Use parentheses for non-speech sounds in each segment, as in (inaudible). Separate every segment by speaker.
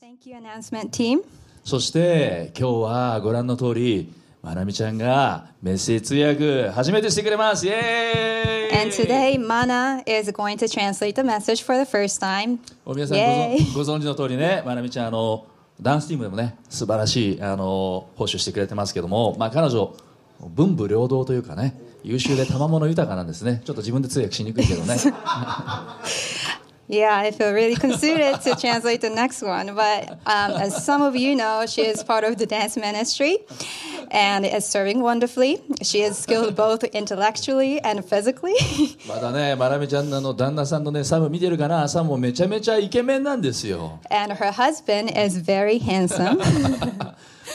Speaker 1: Thank you, announcement team.
Speaker 2: そして今日はご覧の通り、まなみちゃんがメッセージ通訳初めてしてくれます。イエーイ
Speaker 1: And today, Mana is going to translate the message for the first time.
Speaker 2: お皆さん
Speaker 1: イ
Speaker 2: ご
Speaker 1: エーイ
Speaker 2: 存 (laughs) ご存知の通りね、まなみちゃんあのダンスチームでもね素晴らしいあの報酬してくれてますけども、まあ彼女文武両道というかね優秀で賜物豊かなんですね。ちょっと自分で通訳しにくいけど
Speaker 1: (laughs)
Speaker 2: ね。
Speaker 1: Yeah, I feel really considered to translate the next one. But um, as some of you know, she is part of the dance ministry and is serving wonderfully. She is skilled both intellectually and physically. (laughs)
Speaker 2: まだねまなみちゃんのあの旦那さんのねサム見てるかなサムもめちゃめちゃイケメンなんですよ。
Speaker 1: and her husband is very handsome.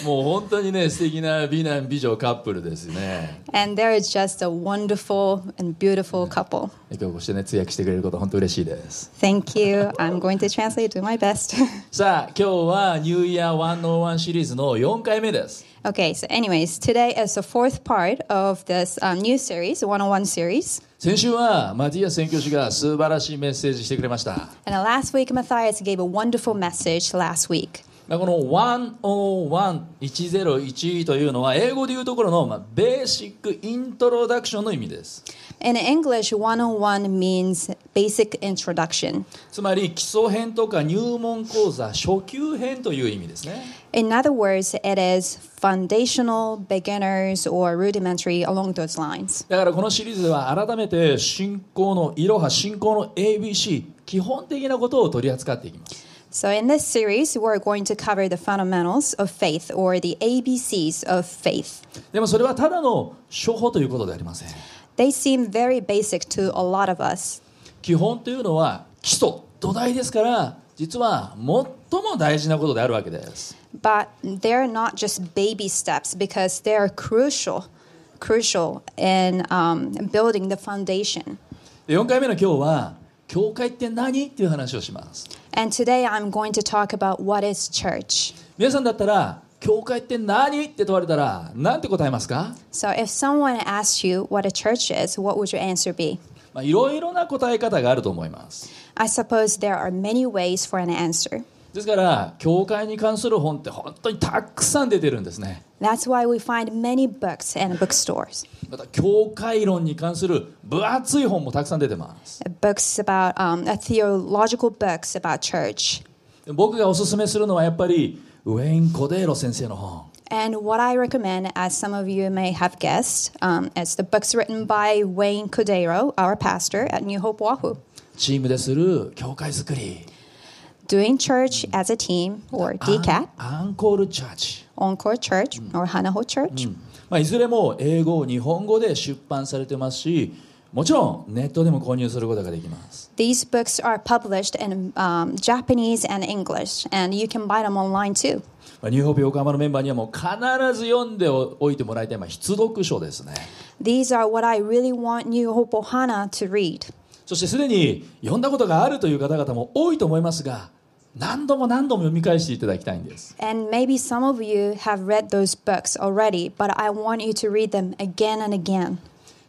Speaker 2: もう本当にね素敵な美男美女カップルですね。
Speaker 1: and they're just a wonderful and beautiful couple.
Speaker 2: 今日こうしてね通訳してくれること本当嬉しいです。
Speaker 1: Thank you. I'm going to translate, do my best. (laughs)
Speaker 2: さあ今日はニューイヤー101シリーズの4回目です。
Speaker 1: okay, so, anyways, today is the fourth part of this um, new series, 101 series.
Speaker 2: 先週はマティア宣教師が素晴らしいメッセージしてくれました。
Speaker 1: And uh, last week, Matthias gave a wonderful message last week.
Speaker 2: まあこの101、101というのは英語でいうところの、まあ、ベーシックイントロダクションの意味です。
Speaker 1: In English, 101 means basic introduction.
Speaker 2: つまり基礎編とか入門講座初級編という意味ですね。
Speaker 1: In other words, it is foundational, beginners, or rudimentary along those lines.
Speaker 2: だからこのシリーズでは改めて信仰のいろは信仰の ABC 基本的なことを取り扱っていきます。
Speaker 1: So, in this series, we're going to cover the fundamentals of faith or the ABCs of faith.
Speaker 2: でもそれはただの処方ということではありません。
Speaker 1: They seem very basic to a lot of us.
Speaker 2: 基本というのは基礎土台ですから実は最も大事なことであるわけです
Speaker 1: But they're not just baby steps because they are crucial, crucial in um, building the foundation.
Speaker 2: で4回目の今日は教会って何っていう話をします
Speaker 1: And today I'm going to talk about what is church.
Speaker 2: 皆さんだったら教会って何って問われたら何て答えますか
Speaker 1: So if someone asked you what a church is, what would your answer be?
Speaker 2: まあいろいろな答え方があると思います
Speaker 1: I suppose there are many ways for an answer.
Speaker 2: ですから教会に関する本って本当にたくさん出てるんですね
Speaker 1: That's why we find many books and bookstores.
Speaker 2: また教会論に関する分厚い本もたくさん出てます
Speaker 1: Books about um, uh, theological books about church.
Speaker 2: で僕がおすすめするのはやっぱりウェイン・コデーロ先生の本
Speaker 1: And what I recommend, as some of you may have guessed, um, is the books written by Wayne Cordero, our pastor at New Hope Oahu.
Speaker 2: チームでする教会づくり
Speaker 1: Doing Church as a Team, or
Speaker 2: Ah.
Speaker 1: DCAT,
Speaker 2: アンコールチャーチ、
Speaker 1: Encore Church, or Hanaho Church.
Speaker 2: まあ、いずれも英語日本語で出版されてますしもちろんネットでも購入することができます
Speaker 1: These books are published in um, Japanese and English, and you can buy them online too.
Speaker 2: まあニューホープ横浜のメンバーにはもう必ず読んでおいてもらいたい、まあ、必読書ですね
Speaker 1: These are what I really want New Hope Ohana to read.
Speaker 2: そしてすでに読んだことがあるという方々も多いと思いますが何度も何度も読み返していただきたいんです
Speaker 1: And maybe some of you have read those books already, but I want you to read them again and again.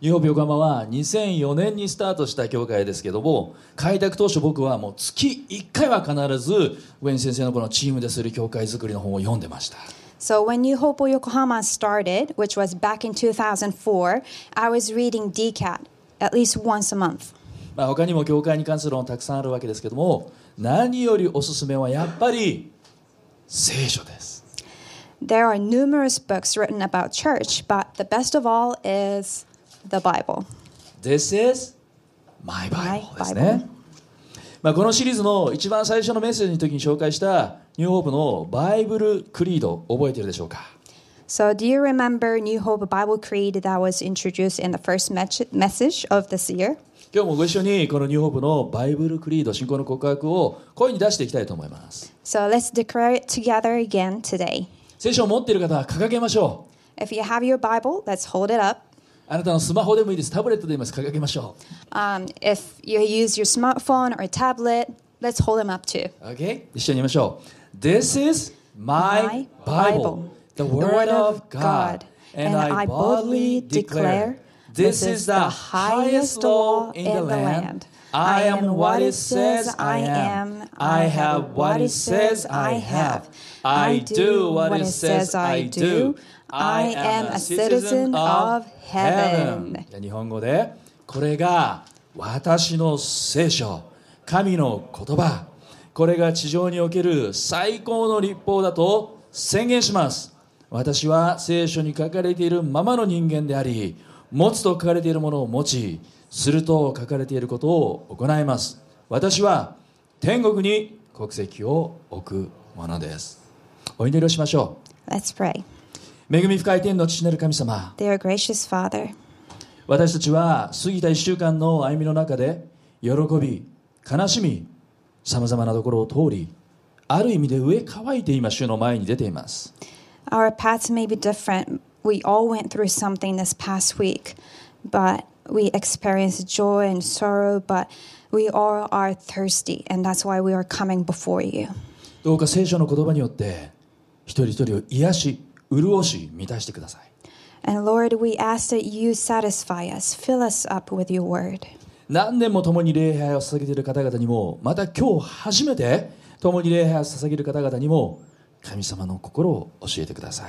Speaker 2: ニューホープ横浜は2004年にスタートした教会ですけども開拓当初僕はもう月1回は必ずウェイン先生のこのチームでする教会づくりの本を読んでました
Speaker 1: So when New Hope Yokohama started, which was back in 2004, I was reading DCAT at least once a month.
Speaker 2: まあ、他にも教会に関する本たくさんあるわけですけども何よりおすすめはやっぱり聖書です
Speaker 1: There are numerous books written about church, but the best of all is the Bible.
Speaker 2: This is my Bible です
Speaker 1: My
Speaker 2: ね、まあ、このシリーズの一番最初のメッセージの時に紹介したニューホープのバイブルクリード覚えてるでしょうか
Speaker 1: So do you remember New Hope Bible Creed that was introduced in the first mech- message of this year?
Speaker 2: 今日もご一緒にこのニューホープのバイブルクリード信仰の告白を声に出していきたいと思います
Speaker 1: So let's declare it together again today.
Speaker 2: 聖書を持っている方は掲げましょう
Speaker 1: If you have your Bible, let's hold it up.
Speaker 2: あなたのスマホでもいいですタブレットでもいいです掲げましょ
Speaker 1: Um, if you use your smartphone or tablet, let's hold them up too.
Speaker 2: う OK 一緒に言いましょう This is my
Speaker 1: My
Speaker 2: Bible
Speaker 1: Bible, the
Speaker 2: the word
Speaker 1: word
Speaker 2: of
Speaker 1: of
Speaker 2: God
Speaker 1: God,
Speaker 2: and
Speaker 1: and
Speaker 2: I
Speaker 1: I
Speaker 2: boldly
Speaker 1: boldly
Speaker 2: declare
Speaker 1: declare
Speaker 2: This is the highest law in the land. I am what it says I am. I have what it says I have. I do what it says I do. I am a citizen of heaven. 日本語で、これが私の聖書、神の言葉。これが地上における最高の立法だと宣言します。私は聖書に書かれているままの人間であり、持つと書かれているものを持ち、すると書かれていることを行います。私は天国に国籍を置くものです。お祈りをしましょ
Speaker 1: う。Let's pray.
Speaker 2: 恵み深い天の父なる神様。
Speaker 1: Dear gracious Father.
Speaker 2: 私たちは過ぎた1週間の歩みの中で、喜び、悲しみ、さまざまなところを通り、ある意味で上乾いて今、主の前に出ています。
Speaker 1: Our paths may be different. We all went through something this past week, but we experienced joy and sorrow, but we all are thirsty, and that's why we are coming before you.
Speaker 2: どうか聖書の言葉によって、一人一人を癒し、潤し、満たしてください。
Speaker 1: And Lord, we ask that you satisfy us, fill us up with your word.
Speaker 2: 何年も共に礼拝を捧げている方々にも、また今日初めて共に礼拝を捧げる方々にも、神様の心を教えてください。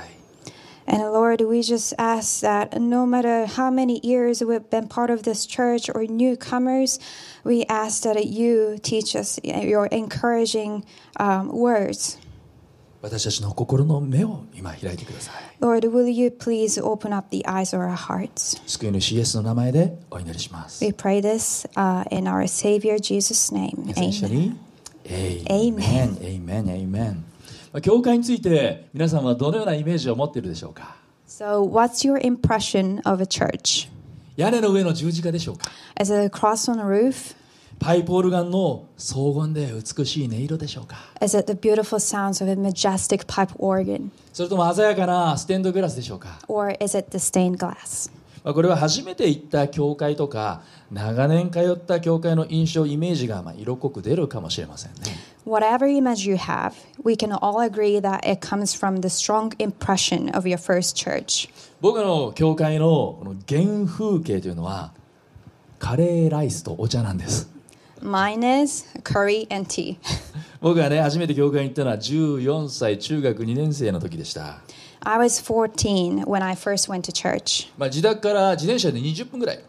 Speaker 1: And Lord, we just ask that no matter how many years we've been part of this church or newcomers, we ask that you teach us your encouraging um, words.
Speaker 2: 私たちの心の目を今開いてください。
Speaker 1: Lord, will you please open up the eyes of our hearts?
Speaker 2: 救い主イエスの名前でお祈りします。
Speaker 1: We pray this、uh, in our Savior Jesus' name.
Speaker 2: Amen. Amen. Amen. Amen. 教会について皆さんはどのようなイメージを持っているでしょうか
Speaker 1: So, what's your impression of a church?
Speaker 2: 屋根の上の十字架でしょうか
Speaker 1: Is it a cross on a roof?
Speaker 2: パイプオルガンの荘厳で美しい音色でしょうか
Speaker 1: Is it the beautiful sounds of a majestic pipe organ?
Speaker 2: それとも鮮やかなステンドグラスでしょうか
Speaker 1: Or is it the stained glass?
Speaker 2: これは初めて行った教会とか長年通った教会の印象イメージがまあ色濃く出るかもしれませんね。
Speaker 1: Whatever image you have, we can all agree that it comes from the strong impression of your first church.
Speaker 2: 僕の教会のこの原風景というのはカレーライスとお茶なんです。
Speaker 1: Mine is curry and tea.
Speaker 2: 僕がね初めて教会に行ったのは14歳中学2年生の時でした。
Speaker 1: I was 14 when I first went to church.
Speaker 2: まあ自宅から自転車で20分ぐらい。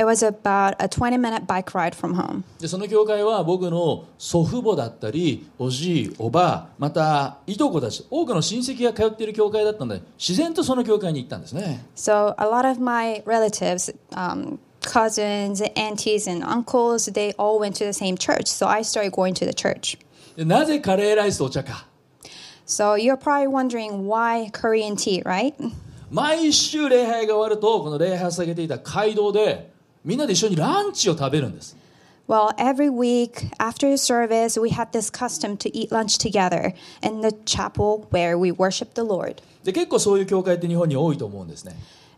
Speaker 1: It was about a 20 minute bike ride from home.
Speaker 2: でその教会は僕の祖父母だったり、おじい、おばあ、またいとこたち、多くの親戚が通っている教会だったので、自然とその教会に行ったんですね。
Speaker 1: So a lot of my relatives、um, Cousins, aunties, and uncles, they all went to the same church. So I started going to the church.
Speaker 2: なぜカレーライスとお茶か
Speaker 1: So you're probably wondering why Korean tea, right?
Speaker 2: 毎週礼拝が終わるとこの礼拝を下げていた街道でみんなで一緒にランチを食べるんです。
Speaker 1: Well, every week after the service, we had this custom to eat lunch together in the chapel where we worship the Lord.
Speaker 2: で結構そういう教会って日本に多いと思うんですね。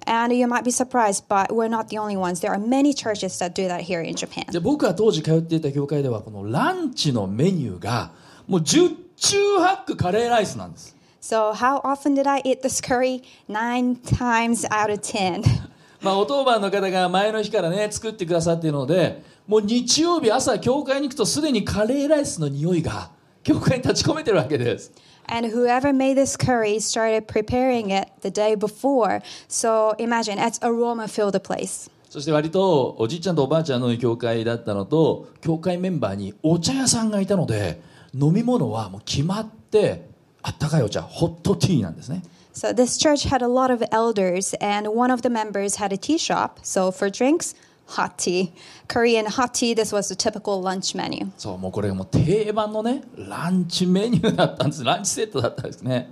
Speaker 1: And you might be surprised, but we're not the only ones. There are many churches that do that here in Japan.
Speaker 2: で僕は当時通っていた教会ではこのランチのメニューがもう10中ハックカレーライスなんです。
Speaker 1: So how often did I eat this curry? Nine times out of ten. (laughs)
Speaker 2: まあお当番の方が前の日からね作ってくださっているので、もう日曜日朝教会に行くとすでにカレーライスの匂いが教会に立ち込めてるわけです。
Speaker 1: And whoever made this curry started preparing it the day before. So imagine, its aroma filled the place.
Speaker 2: そして割とおじいちゃんとおばあちゃんの教会だったのと、教会メンバーにお茶屋さんがいたので、飲み物はもう決まってあったかいお茶ホットティーなんですね。
Speaker 1: So this church had a lot of elders and one of the members had a tea shop. So for drinks, hot tea. Korean hot tea, this was the typical lunch menu.
Speaker 2: そう、もうこれがもう定番のね、ランチメニューだったんです。ランチセットだったんですね。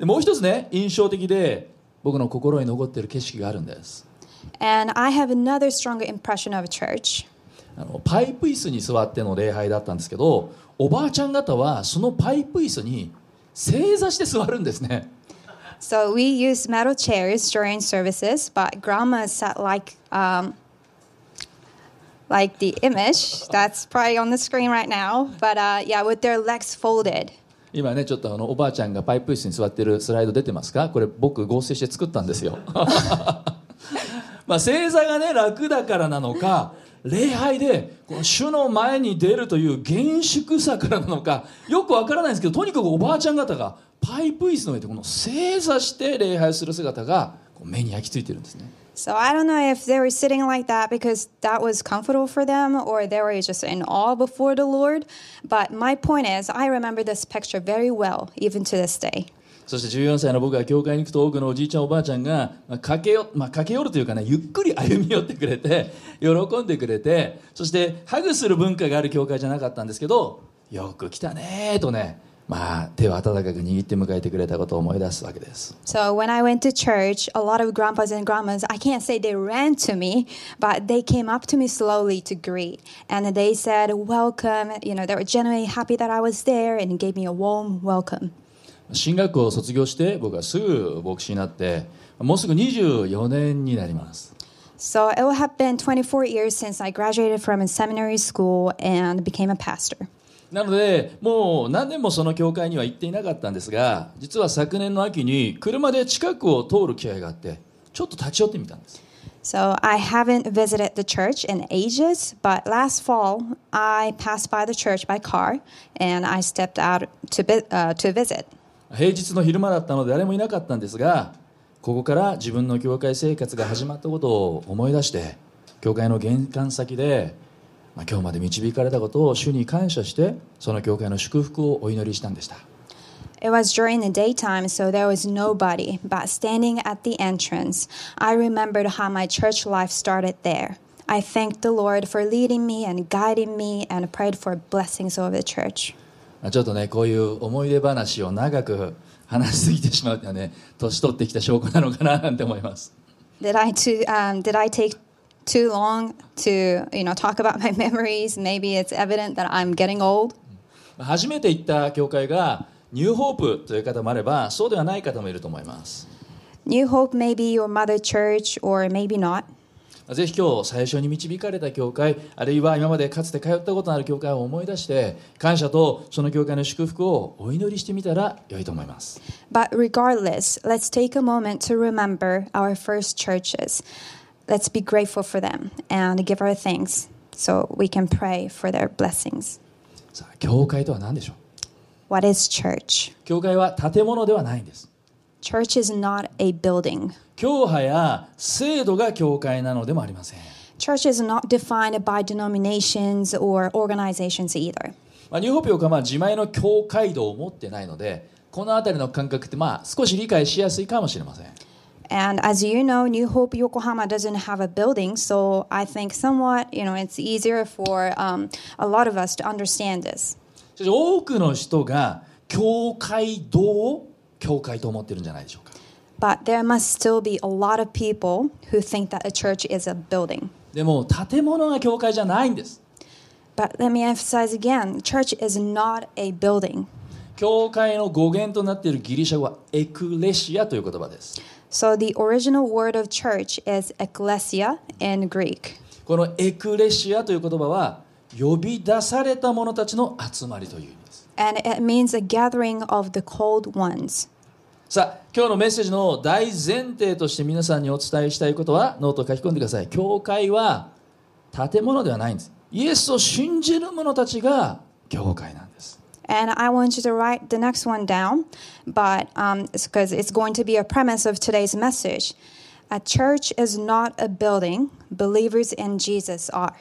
Speaker 2: でもう一つね、印象的で僕の心に残っている景色があるんです。
Speaker 1: And I have another stronger impression of a church.
Speaker 2: あのパイプ椅子に座っての礼拝だったんですけどおばあちゃん方はそのパイプ椅子に正座して座るんですね。
Speaker 1: So we use metal chairs during services, but grandma sat like, um, like the image that's probably on the screen right now, but uh, yeah, with their legs folded.
Speaker 2: 今ねちょっとあのおばあちゃんがパイプ椅子に座ってるスライド出てますかこれ僕合成して作ったんですよ。 (laughs) まあ、正座がね楽だからなのか礼拝でこの主の前に出るという厳粛さからなのかよくわからないんですけどとにかくおばあちゃん方がパイプ椅子の上でこの正座して礼拝する姿がこう目に焼き付いてるんですね。
Speaker 1: So I don't know if they were sitting like that because that was comfortable for them or they were just in awe before the Lord. But my point is, I remember this picture very well, even to this day.
Speaker 2: そして14歳の僕が教会に行くと多くのおじいちゃんおばあちゃんがまあ駆けよ、まあ、駆け寄るというかねゆっくり歩み寄ってくれて (laughs) 喜んでくれてそしてハグする文化がある教会じゃなかったんですけどよく来たねーとね、まあ、手を温かく握って迎えてくれたことを思い出すわけです
Speaker 1: So when I went to church, a lot of grandpas and grandmas, I can't say they ran to me, but they came up to me slowly to greet. And they said, Welcome. You know, they were genuinely happy that I was there and gave me a warm welcome.
Speaker 2: 進学校を卒業して僕はすぐ牧師になってもうすぐ24年になります
Speaker 1: So it will have been 24 years since I graduated from a seminary school and became a pastor.
Speaker 2: なのでもう何年もその教会には行っていなかったんですが実は昨年の秋に車で近くを通る機会があってちょっと立ち寄ってみたんです
Speaker 1: So I haven't visited the church in ages, but last fall I passed by the church by car and I stepped out to, vi- uh, to visit.
Speaker 2: 平日の昼間だったので誰もいなかったんですがここから自分の教会生活が始まったことを思い出して教会の玄関先で、まあ、今日まで導かれたことを主に感謝してその教会の祝福をお祈りしたんでした
Speaker 1: It was during the daytime, so there was nobody, but standing at the entrance, I remembered how my church life started there. I thanked the Lord for leading me and guiding me and prayed for blessings over the church.
Speaker 2: まあちょっとねこういう思い出話を長く話しすぎてしまうっていうのはね年取ってきた証拠なのかななんて思います
Speaker 1: Did I too, um, did I take too long to you know talk about my (laughs) memories? Maybe it's evident that I'm getting old.
Speaker 2: 初めて行った教会がニューホープという方もあればそうではない方もいると思います
Speaker 1: New Hope may be your mother church or maybe not.
Speaker 2: ぜひ今日最初に導かれた教会あるいは今までかつて通ったことのある教会を思い出して感謝とその教会の祝福をお祈りしてみたら良いと思います
Speaker 1: But regardless, let's take a moment to remember our first churches. Let's be grateful for them and give our thanks so we can pray for their blessings.
Speaker 2: さあ教会とは何でしょ
Speaker 1: What is church?
Speaker 2: う教会は建物ではないんです
Speaker 1: Church is not a building.
Speaker 2: 教派や制度が教会なのでもありません、
Speaker 1: Church is not defined by denominations or organizations either.
Speaker 2: まあ、ニューホープ横浜は自前の教会道を持ってないのでこの辺りの感覚ってまあ少し理解しやすいかもしれません
Speaker 1: And as you know, New Hope Yokohama doesn't have a building, so I think somewhat, you know, it's easier for um, a lot of us to understand this.
Speaker 2: しかし多くの人が教会堂を教会と思ってるんじゃないでしょうか
Speaker 1: But there must still be a lot of people who think that a church is a building.
Speaker 2: でも建物が教会じゃないんです
Speaker 1: But let me emphasize again church is not a building.
Speaker 2: 教会の語源となっているギリシャ語はエクレシアという言葉です
Speaker 1: So the original word of church is ecclesia in Greek.
Speaker 2: このエクレシアという言葉は呼び出された者たちの集まりという意味です
Speaker 1: And it means a gathering of the called ones.
Speaker 2: さあ今日のメッセージの大前提として皆さんにお伝えしたいことはノートを書き込んでください教会は建物ではないんですイエスを信じる者たちが教会なんです
Speaker 1: And I want you to write the next one down, but because it's going to be a premise of today's message. A church is not a building, believers in Jesus are.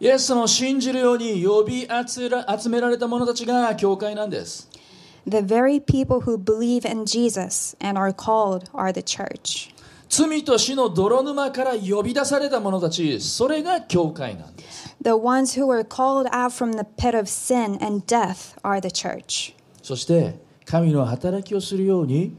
Speaker 2: イエスの信じるように呼び集ら集められた者たちが教会なんです
Speaker 1: The very people who believe in Jesus and are called are the church.
Speaker 2: 罪と死の泥沼から呼び出された者たちそれが教会なんです
Speaker 1: The ones who were called out from the pit of sin and death are the church.
Speaker 2: そして神の働きをするように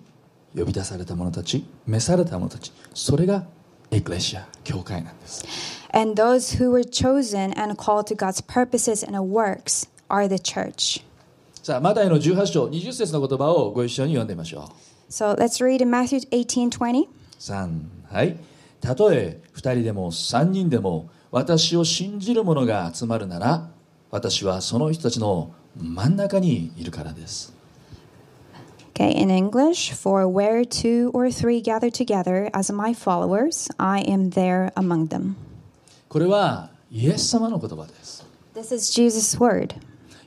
Speaker 2: 呼び出された者たち召された者たちそれがエクレシア教会なんです
Speaker 1: And those who were chosen and called to God's purposes and works are the church.
Speaker 2: さあマタイの18章20節の言葉をご一緒に読んでみましょう
Speaker 1: So let's read in Matthew 18:20.
Speaker 2: 3はいたとえ2人でも3人でも私を信じる者が集まるなら私はその人たちの真ん中にいるからです
Speaker 1: Okay, in English, for where two or three gather together as my followers, I am there among them.
Speaker 2: これはイエス様の言葉です。
Speaker 1: This is Jesus' word.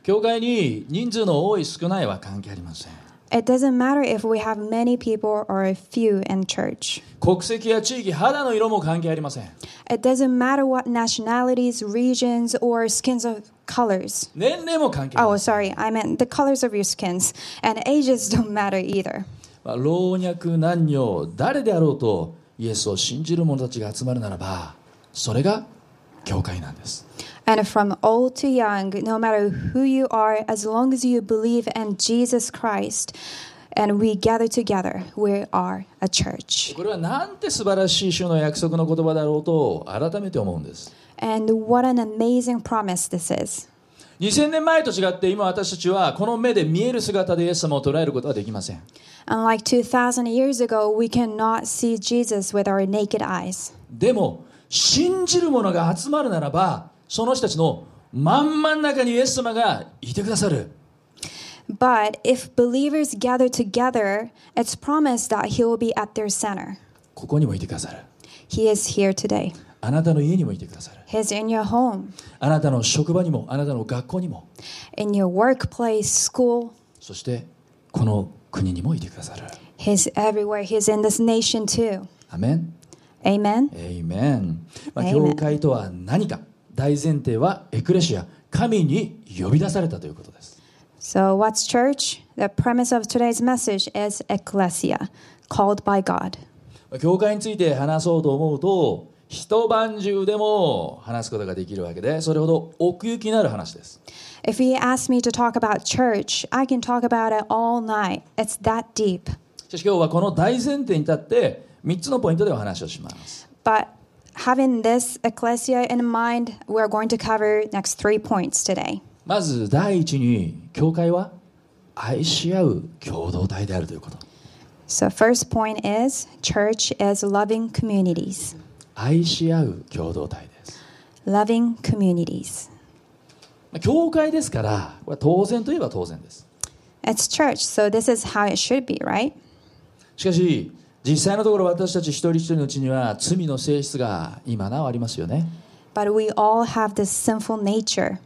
Speaker 2: 教会に人数の多い少ないは関係ありません。
Speaker 1: It doesn't matter if we have many people or a few in church.
Speaker 2: 国籍や地域、肌の色も関係ありません。
Speaker 1: It doesn't matter what nationalities, regions, or skins of colors.
Speaker 2: 年齢も関係あり
Speaker 1: Oh,
Speaker 2: ません。
Speaker 1: sorry, I meant the colors of your skins. And ages (laughs) don't matter either.
Speaker 2: まあ老若男女、誰であろうとイエスを信じる者たちが集まるならば、それが教会なんです。
Speaker 1: And from old to young, no matter who you are, as long as you believe in Jesus Christ and we gather together, we are a church.
Speaker 2: これはなんて素晴らしい主の約束の言葉だろうと改めて思うんです。
Speaker 1: And what an amazing promise this is.
Speaker 2: 2000年前と違って今私たちはこの目で見える姿でイエス様を捉えることはできません。
Speaker 1: Unlike 2,000 years ago, we cannot see Jesus with our naked eyes.
Speaker 2: でも信じる者が集まるならばその人たちの真ん真ん中にイエス様がいてくださる。
Speaker 1: But if believers gather together, it's promised that He will be at their center.
Speaker 2: ここにもいてくださる。
Speaker 1: He is here today.
Speaker 2: あなたの家にもいてくださる。
Speaker 1: He's in your home,
Speaker 2: あなたの職場にもあなたの学校にも
Speaker 1: in your workplace, school.
Speaker 2: そしてこの国にもいてくださる。
Speaker 1: He's everywhere. He's in this nation too.
Speaker 2: アメン。
Speaker 1: Amen.
Speaker 2: エイメン。まあ、
Speaker 1: Amen
Speaker 2: 教会とは何か大前提はエクレシア神に呼び出されたということです。
Speaker 1: So, what's church? The premise of today's message is ecclesia, called by God.
Speaker 2: まあ教会について話そうと思うと一晩中でも話すことができるわけでそれほど奥行きのある話です。
Speaker 1: If you ask me to talk about church, I can talk about it all night. It's that deep.
Speaker 2: しかし今日はこの大前提に立って3つのポイントでお話をします。
Speaker 1: But having this ecclesia in mind, we're going to cover next three points today.
Speaker 2: まず第一に教会は愛し合う共同体であるということ。
Speaker 1: So, first point is church is loving communities.
Speaker 2: 愛し合う共同体です。
Speaker 1: Loving communities.
Speaker 2: まあ教会ですからこれは当然といえば当然です。
Speaker 1: It's church, so this is how it should be, right?
Speaker 2: しかし実際のところ私たち一人一人のうちには罪の性質が今なおありますよね
Speaker 1: But we all have this sinful nature.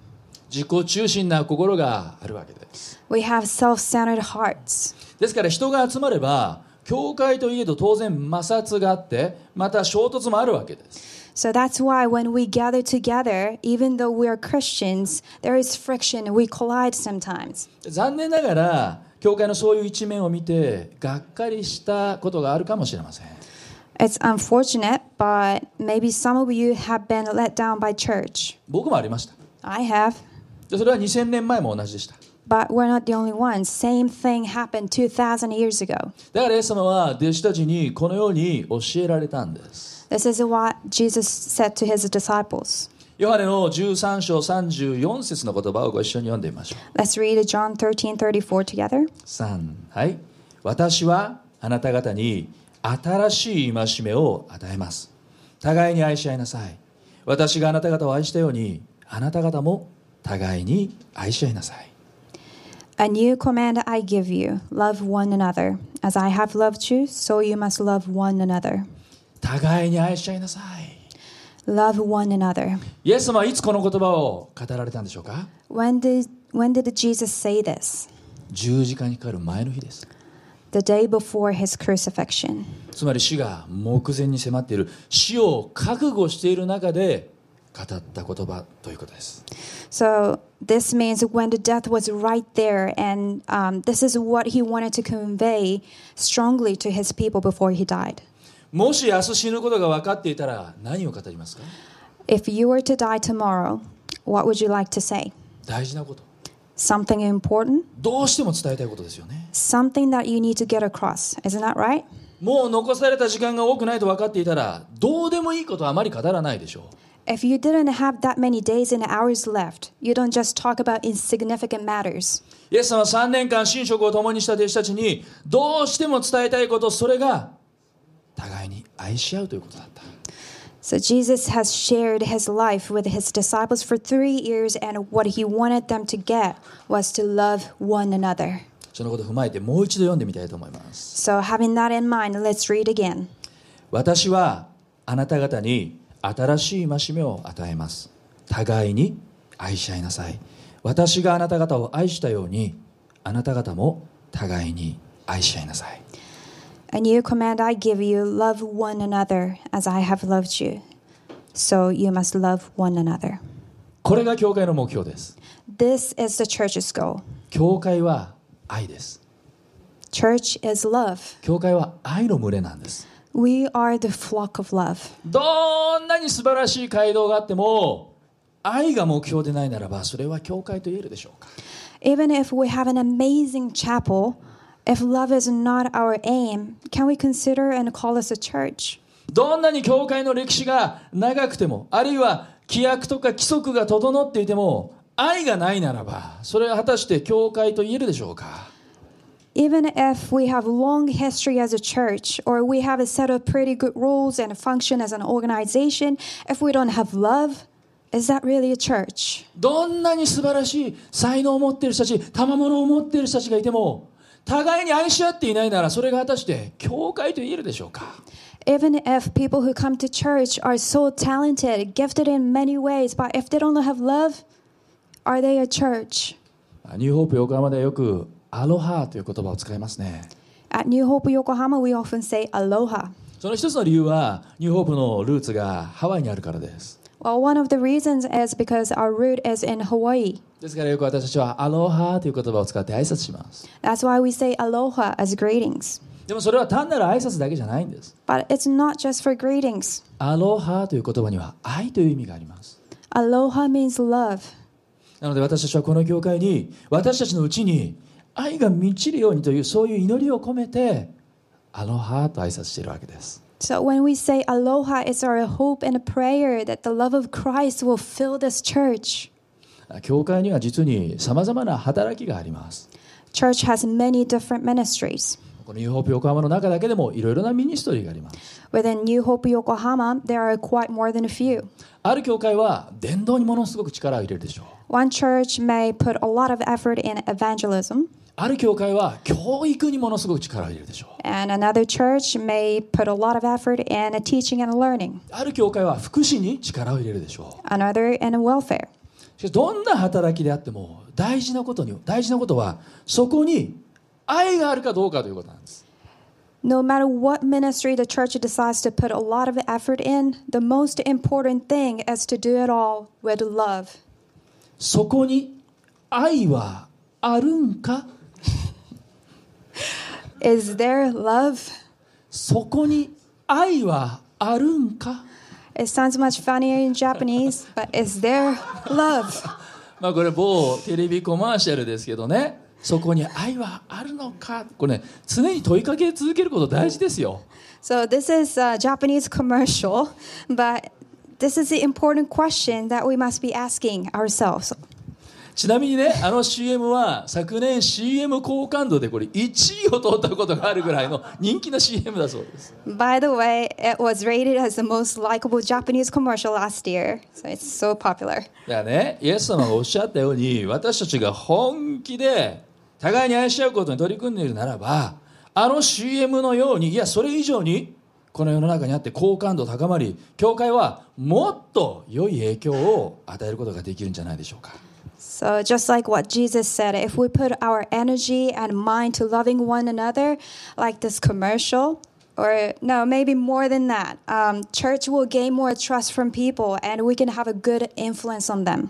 Speaker 2: 自己中心な心があるわけです
Speaker 1: We have self centered hearts.
Speaker 2: ですから人が集まれば教会といえど当然摩擦があってまた衝突もあるわけです
Speaker 1: So that's why when we gather together, even though we are Christians, there is friction. We collide sometimes.
Speaker 2: 残念ながら教会のそういう一面を見てがっかりしたことがあるかもしれません
Speaker 1: It's unfortunate, but maybe some of you have been let down by church.
Speaker 2: 僕もありました
Speaker 1: I have.
Speaker 2: でそれは2000年前も同じでした
Speaker 1: But we're not the only ones. Same thing happened 2,000 years ago.
Speaker 2: だからイエス様は弟子たちにこのように教えられたんです
Speaker 1: This is what Jesus said to his disciples.
Speaker 2: ヨハネの13章34節の言葉をご一緒に読んでみましょう。
Speaker 1: Let's read John 13 34 together.
Speaker 2: 3はい。私はあなた方に新しい戒めを与えます。互いに愛し合いなさい。私があなた方を愛したように、あなた方も互いに愛し合いなさい。
Speaker 1: A new command I give you love one another. As I have loved you, so you must love one another.
Speaker 2: 互いに愛し合いなさい。
Speaker 1: Love one another.
Speaker 2: イエス様はいつこの言葉を語られたんでしょうか
Speaker 1: When did, when did Jesus say this?
Speaker 2: 十字架にかかる前の日です。
Speaker 1: The day before his crucifixion.
Speaker 2: つまり死が目前に迫っている、死を覚悟している中で語った言葉ということです。
Speaker 1: So this means when the death was right there, and um, this is what he wanted to convey strongly to his people before he died.
Speaker 2: もし明日死ぬことが分かっていたら何を語りますか
Speaker 1: If you were to die tomorrow, what would you like to say?
Speaker 2: 大事なこと
Speaker 1: Something important?
Speaker 2: どうしても伝えたいことですよね
Speaker 1: Something that you need to get across. Isn't that right?
Speaker 2: もう残された時間が多くないと分かっていたらどうでもいいことはあまり語らないでしょ
Speaker 1: If you didn't have that many days and hours left, you don't just talk about insignificant matters.
Speaker 2: うイエス様は3年間寝食を共にした弟子たちにどうしても伝えたいことそれが互いに愛し合うということだった
Speaker 1: So Jesus has shared his life with his disciples for three years, and what he wanted them to get was to love one another.
Speaker 2: そそのことを踏まえてもう一度読んでみたいと思います
Speaker 1: So, having that in mind, let's read again.
Speaker 2: 私はあなた方に新しい戒めを与えます互いに愛し合いなさい私があなた方を愛したようにあなた方も互いに愛し合いなさい
Speaker 1: A new command I give you love one another as I have loved you. So, you must love one another.
Speaker 2: これが教会の目標です
Speaker 1: This is the church's goal.
Speaker 2: 教会は愛です
Speaker 1: Church is love.
Speaker 2: 教会は愛の群れなんです
Speaker 1: We are the flock of love.
Speaker 2: どんなに素晴らしい街道があっても愛が目標でないならばそれは教会と言えるでしょうか
Speaker 1: Even if we have an amazing chapel, if love is not our aim, can we consider and call us a church?
Speaker 2: どんなに教会の歴史が長くてもあるいは規約とか規則が整っていても愛がないならばそれは果たして教会と言えるでしょうか
Speaker 1: Even if we have long history as a church or we have a set of pretty good rules and function as an organization, if we don't have love, is that really a church?
Speaker 2: どんなに素晴らしい才能を持っている人たち賜物を持っている人たちがいても互いに愛し合っていないならそれが果たして教会と言えるでしょうか
Speaker 1: Even if people who come to church are so talented, gifted in many ways, but if they don't have love, are they a church?
Speaker 2: ニューホープ横浜ではよくアロハという言葉を使いますね
Speaker 1: At New Hope Yokohama, we often say aloha.
Speaker 2: その一つの理由はニューホープのルーツがハワイにあるからです
Speaker 1: Well, one of the reasons is because our root is in Hawaii.
Speaker 2: ですからよく私たちはアロハという言葉を使って挨拶します
Speaker 1: That's why we say aloha as greetings.
Speaker 2: でもそれは単なる挨拶だけじゃないんです。
Speaker 1: But it's not just for greetings.
Speaker 2: アロハという言葉には愛という意味があります。
Speaker 1: Aloha means love.
Speaker 2: なので私たちはこの教会に私たちのうちに愛が満ちるようにというそういう祈りを込めてアロハと挨拶しているわけです。
Speaker 1: So when we say aloha, it's our hope and prayer that the love of Christ will fill this church.
Speaker 2: 教会には実にさまざまな働きがあります。
Speaker 1: Church has many different ministries.
Speaker 2: このユーホープ横浜の中だけでもいろいろなミニストリーがあります。
Speaker 1: Within New Hope Yokohama, there are quite more than a few.
Speaker 2: ある教会は伝道にものすごく力を入れるでしょう。
Speaker 1: One church may put a lot of effort in evangelism,
Speaker 2: ある教会は教育にものすごく力を入れるでしょう。
Speaker 1: and another church may put a lot of effort in teaching and learning,
Speaker 2: ある教会は福祉に力を入れるでしょう。
Speaker 1: another in welfare.
Speaker 2: しかしどんな働きであっても大事なことに大事なことはそこに愛があるかどうかということなんです
Speaker 1: No matter what ministry the church decides to put a lot of effort in, the most important thing is to do it all with love.
Speaker 2: そこに愛はあるんか
Speaker 1: Is there love?
Speaker 2: そこに愛はあるんか、
Speaker 1: It sounds much funnier in Japanese, but is there love?
Speaker 2: まあ、これ某テレビコマーシャルですけどねそこに愛はあるのかこれね常に問いかけ続けること大事ですよ
Speaker 1: So, this is a Japanese commercial, but this is the important question that we must be asking ourselves.
Speaker 2: ちなみにねあの CM は昨年 CM 好感度でこれ1位を取ったことがあるぐらいの人気の CM だそうです
Speaker 1: By the way, it was rated as the most likable Japanese commercial last year, so it's so popular.
Speaker 2: だからね、イエス様がおっしゃったように、私たちが本気で互いに愛し合うことに取り組んでいるならば、あの CM のように、いや、それ以上に、この世の中にあって好感度高まり、教会はもっと良い影響を与えることができるんじゃないでしょうか。
Speaker 1: So, just like what Jesus said, if we put our energy and mind to loving one another, like this commercial, or no, maybe more than that, um, church will gain more trust from people and we can have a good influence on them.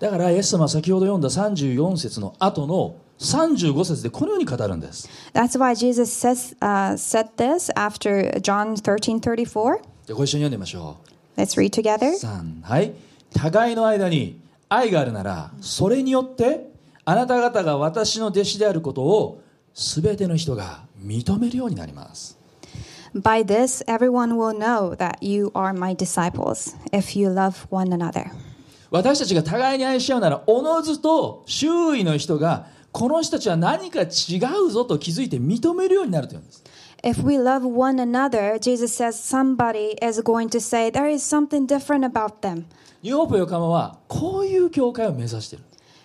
Speaker 2: だから、イエス様は先ほど読んだ34節の後の35節でこのように語るんです。
Speaker 1: That's why Jesus says, uh, said this after John 13 34.
Speaker 2: じゃあご一緒に読んでみましょう。
Speaker 1: Let's read together.
Speaker 2: 3はい互いの間に愛があるならそれによってあなた方が私の弟子であることを全ての人が認めるようになります
Speaker 1: By this, everyone will know that you are my disciples if you love one another.
Speaker 2: 私たちが互いに愛し合うならおのずと周囲の人がこの人たちは何か違うぞと気づいて認めるようになるというんです
Speaker 1: If we love one another, Jesus says somebody is going to say there is something different about them.
Speaker 2: ニューホープ横浜はこういう教会を目指している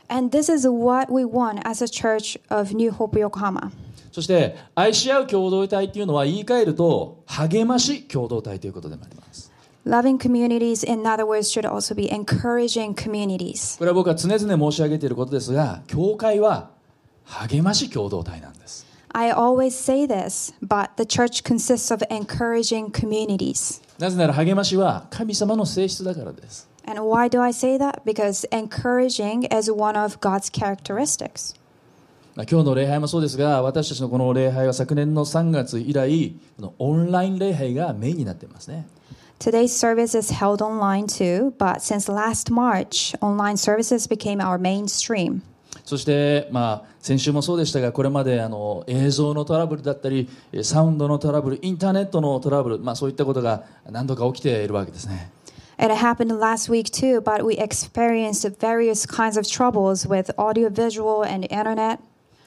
Speaker 1: And this is what we want as a church of New Hope Yokohama.
Speaker 2: そして愛し合う共同体というのは言い換えると励まし共同体ということでもあります
Speaker 1: Loving communities, in other words, should also be encouraging communities.
Speaker 2: これは僕は常々申し上げていることですが教会は励まし共同体なんです
Speaker 1: I always say this, but the church consists of encouraging communities.
Speaker 2: なぜなら励ましは神様の性質だからです
Speaker 1: And why do I say that? Because encouraging is one of God's characteristics.
Speaker 2: まあ今日の礼拝もそうですが私たちのこの礼拝は昨年の3月以来このオンライン礼拝がメインになってますね
Speaker 1: Today's service is held online too, but since last March, online services became our mainstream.
Speaker 2: そして、まあ、先週もそうでしたがこれまであの映像のトラブルだったりえーサウンドのトラブルインターネットのトラブル、まあ、そういったことが何度か起きているわけですね
Speaker 1: It happened last week too, but we experienced various kinds of troubles with audiovisual and internet.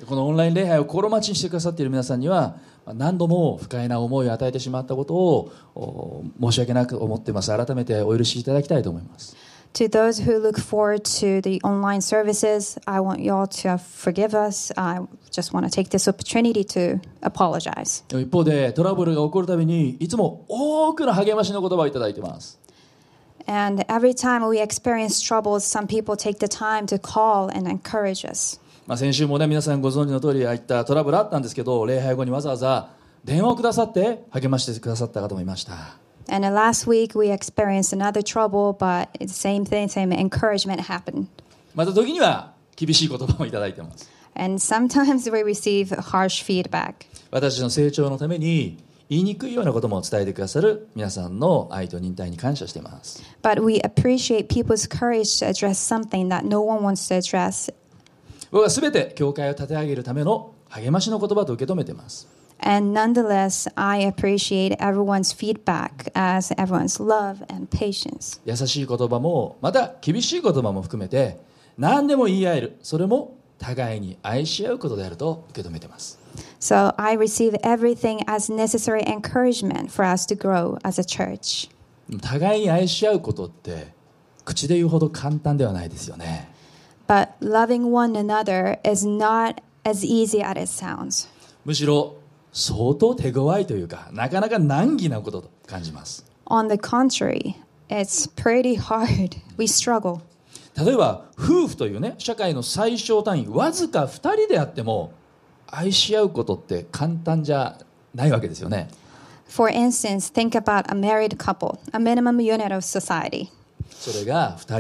Speaker 2: このオンライン礼拝を心待ちにしてくださっている皆さんにはまあ何度も不快な思いを与えてしまったことをお申し訳なく思っています改めてお許しいただきたいと思います
Speaker 1: To those who look forward to the online services, I want y'all to forgive us. I just want to take this opportunity to apologize.
Speaker 2: でも一方でトラブルが起こるたびにいつも多くの励ましの言葉をいただいてます、
Speaker 1: And every time we experience troubles, some people take the time to call and encourage us.
Speaker 2: まあ、先週もね皆さんご存知の通りああいったトラブルあったんですけど礼拝後にわざわざ電話をくださって励ましてくださった方もいました
Speaker 1: And then last week we experienced another trouble, but it's the same thing, same encouragement happened.
Speaker 2: また時には厳しい言葉もいただいてます
Speaker 1: And sometimes (laughs) we receive harsh feedback.
Speaker 2: 私たちの成長のために言いにくいようなことも伝えてくださる皆さんの愛と忍耐に感謝しています
Speaker 1: But we appreciate people's courage to address something that no one wants to address.
Speaker 2: 僕は全て教会を立て上げるための励ましの言葉と受け止めています
Speaker 1: And nonetheless, I appreciate everyone's feedback as everyone's love and patience.
Speaker 2: 優しい言葉もまた厳しい言葉も含めて何でも言い合えるそれも互いに愛し合うことであると受け止めています
Speaker 1: So I receive everything as necessary encouragement for us to grow as a church.
Speaker 2: 互いに愛し合うことって口で言うほど簡単ではないですよね
Speaker 1: But loving one another is not as easy as it sounds.
Speaker 2: むしろ相当手強いというかなかなか難儀なことと感じます
Speaker 1: On the contrary, it's pretty hard. (laughs) We struggle.
Speaker 2: 例えば夫婦というね社会の最小単位わずか2人であっても愛し合うことって簡単じゃないわけですよね
Speaker 1: For instance, think about a married couple, a minimum unit of society.
Speaker 2: それが2人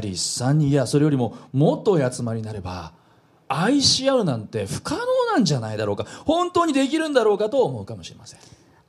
Speaker 2: 3人いやそれよりももっとお集まりになれば愛し合うなんて不可能なんじゃないだろうか本当にできるんだろうかと思うかもしれません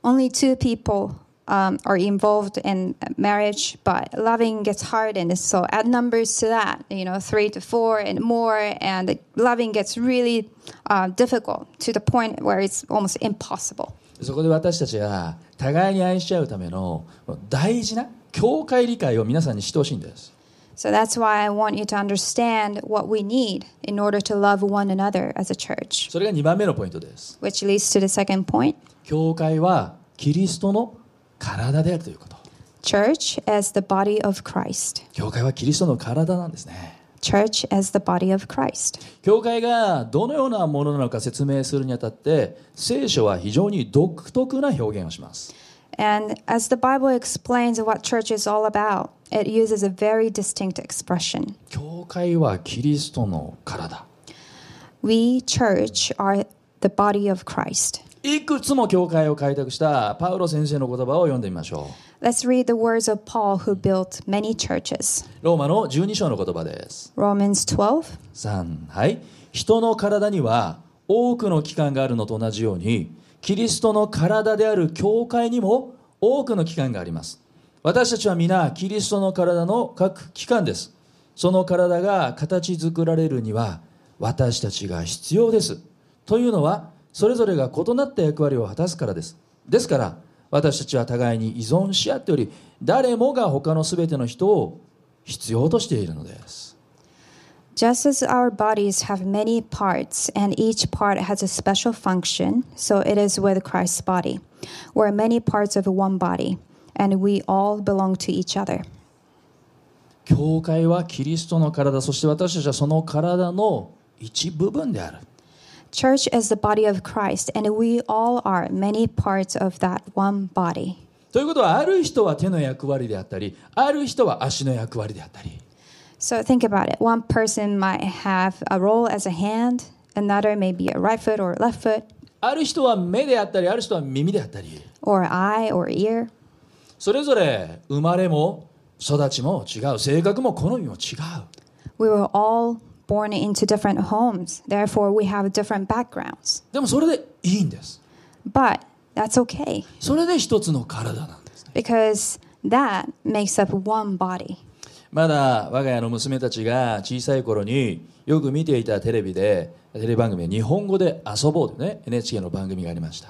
Speaker 1: Only two people um, are involved in marriage, but loving gets hard, and so add numbers to that, you know, three to four and more, and loving gets really uh, difficult to the point where it's almost impossible.
Speaker 2: そこで私たちは互いに愛し合うための大事な教会理解を皆さんにしてほしいんです。
Speaker 1: So that's why I want you to understand what we need in order to love one another as a church,
Speaker 2: それが2番目のポイントです。
Speaker 1: which leads to the second point.
Speaker 2: 教会はキリストの体であるということ。
Speaker 1: Church as the body of Christ.
Speaker 2: 教会はキリストの体なんですね。
Speaker 1: Church as the body of Christ.
Speaker 2: 教会がどのようなものなのか説明するにあたって聖書は非常に独特な表現をします。
Speaker 1: And as the Bible explains what church is all about, it uses a very distinct expression.
Speaker 2: 教会はキリストの体。
Speaker 1: We, church, are the body of Christ.
Speaker 2: いくつも教会を開拓したパウロ先生の言葉を読んでみましょ
Speaker 1: Let's read the words of Paul, who built many churches.
Speaker 2: う。ローマの12章の言葉です。
Speaker 1: Romans 12.
Speaker 2: 3はい人の体には多くの器官があるのと同じようにキリストの体である教会にも多くの器官があります私たちは皆キリストの体の各器官ですその体が形作られるには私たちが必要ですというのはそれぞれが異なった役割を果たすからですですから私たちは互いに依存し合っており誰もが他の全ての人を必要としているのです
Speaker 1: Just as our bodies have many parts and each part has a special function, so it is with Christ's body. We're many parts of one body, and we all belong to each other.
Speaker 2: 教会はキリストの体そして私たちはその体の一部分である
Speaker 1: Church is the body of Christ, and we all are many parts of that one body.
Speaker 2: ということはある人は手の役割であったりある人は足の役割であったり
Speaker 1: So think about it. One person might have a role as a hand, another may be a right foot or left foot,
Speaker 2: ある人は目であったりある人は耳であったり
Speaker 1: or eye or ear.
Speaker 2: それぞれ生まれも育ちも違う性格も好みも違う
Speaker 1: We were all born into different homes, therefore, we have different backgrounds.
Speaker 2: でもそれでいいんです
Speaker 1: But that's okay
Speaker 2: それで一つの体なんです
Speaker 1: because that makes up one body.
Speaker 2: まだ我が家の娘たちが小さい頃によく見ていたテレビでテレビ番組で日本語で遊ぼうとね NHK の番組がありました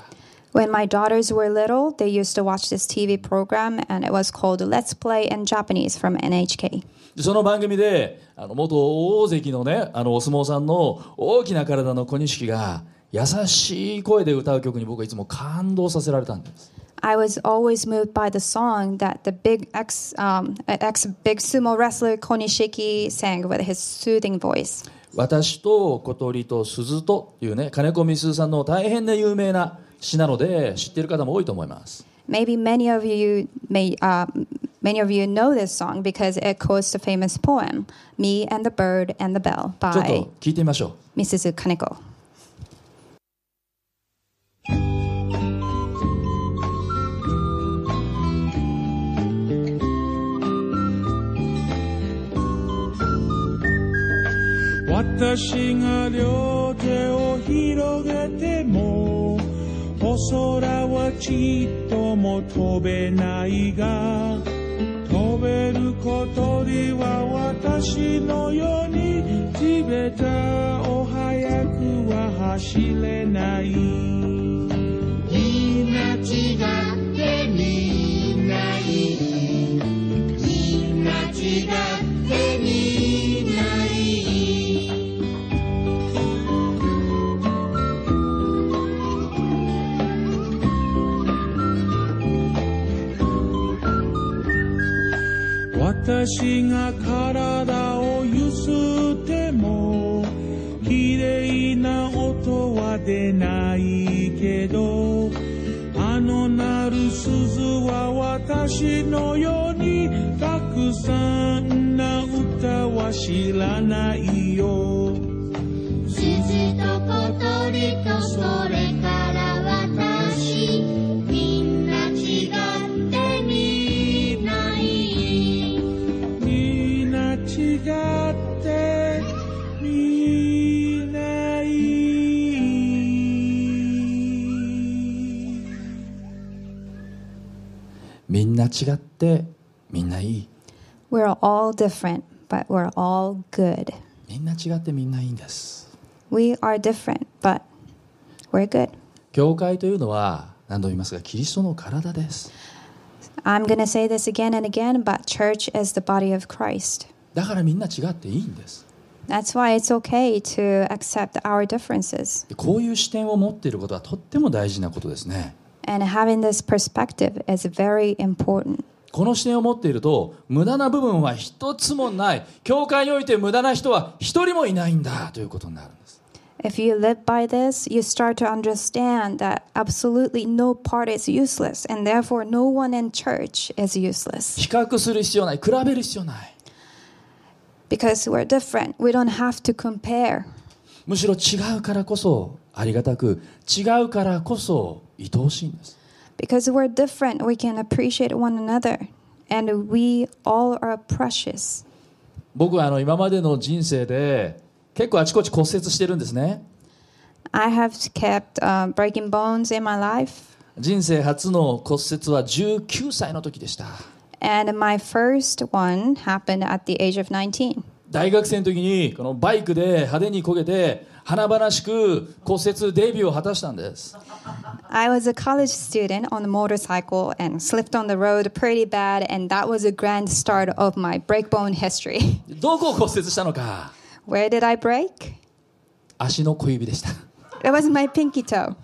Speaker 1: When my daughters were little, they used to watch this TV program, and it was called Let's Play in Japanese from NHK.
Speaker 2: でその番組であの元大関のねあのお相撲さんの大きな体の小錦が優しい声で歌う曲に僕はいつも感動させられたんです
Speaker 1: I was always moved by the song that the big ex um, ex big sumo wrestler Konishiki sang with his soothing voice.
Speaker 2: 私と小鳥と鈴とというね金子みすゞさんの大変な有名な詩なので知ってる方も多いと思います
Speaker 1: Maybe many of you may uh, many of you know this song because it quotes the famous poem "Me and the Bird and the Bell"
Speaker 2: ちょっ
Speaker 1: by
Speaker 2: と聞いてみましょう
Speaker 1: Mrs. Kaneko.
Speaker 3: 私が両手を広げてもお空はちっとも飛べないが飛べることには私のように地べたを早くは走れないみんな違ってみんないいみんな違ってみんないい私が体をゆすっても綺麗な音は出ないけどあの鳴る鈴は私のようにたくさんな歌は知らないよ
Speaker 4: 鈴と小鳥とそれから私みんな違ってみんないい
Speaker 3: みんな違ってみんないい
Speaker 2: みんな違ってみんないい
Speaker 1: We're all different, but we're all good.
Speaker 2: みんな違ってみんないいんです
Speaker 1: We are different, but we're good.
Speaker 2: 教会というのは何度も言いますがキリストの体です
Speaker 1: I'm going to say this again and again, but church is the body of Christ.
Speaker 2: だからみんな違っていいんです
Speaker 1: That's why it's okay to accept our differences.
Speaker 2: でこういう視点を持っていることはとっても大事なことですね
Speaker 1: And having this perspective is very important.
Speaker 2: この視点を持っていると無駄な部分は一つもない教会において無駄な人は一人もいないんだということになるんです
Speaker 1: If you live by this, you start to understand that absolutely no part is useless, and therefore no one in church is useless.
Speaker 2: 比較する必要ない比べる必要ない
Speaker 1: Because we're different, we don't have to compare.
Speaker 2: むしろ違うからこそありがたく違うからこそ愛おしいんです
Speaker 1: Because we're different, we can appreciate one another, and we all are precious.
Speaker 2: 僕はあの今までの人生で結構あちこち骨折してるんですね
Speaker 1: I have kept um, breaking bones in my life,
Speaker 2: 人生初の骨折は19歳の時でした
Speaker 1: and my first one happened at the age of 19.
Speaker 2: 大学生の時にこのバイクで派手に焦げて華々しく骨折デビューを果たしたんです
Speaker 1: I was a college student on a motorcycle and slipped on the road pretty bad, and that was a grand start of my breakbone history. (laughs)
Speaker 2: どこを骨折したのか
Speaker 1: Where did I break?
Speaker 2: 足の小指でした
Speaker 1: It was my pinky toe.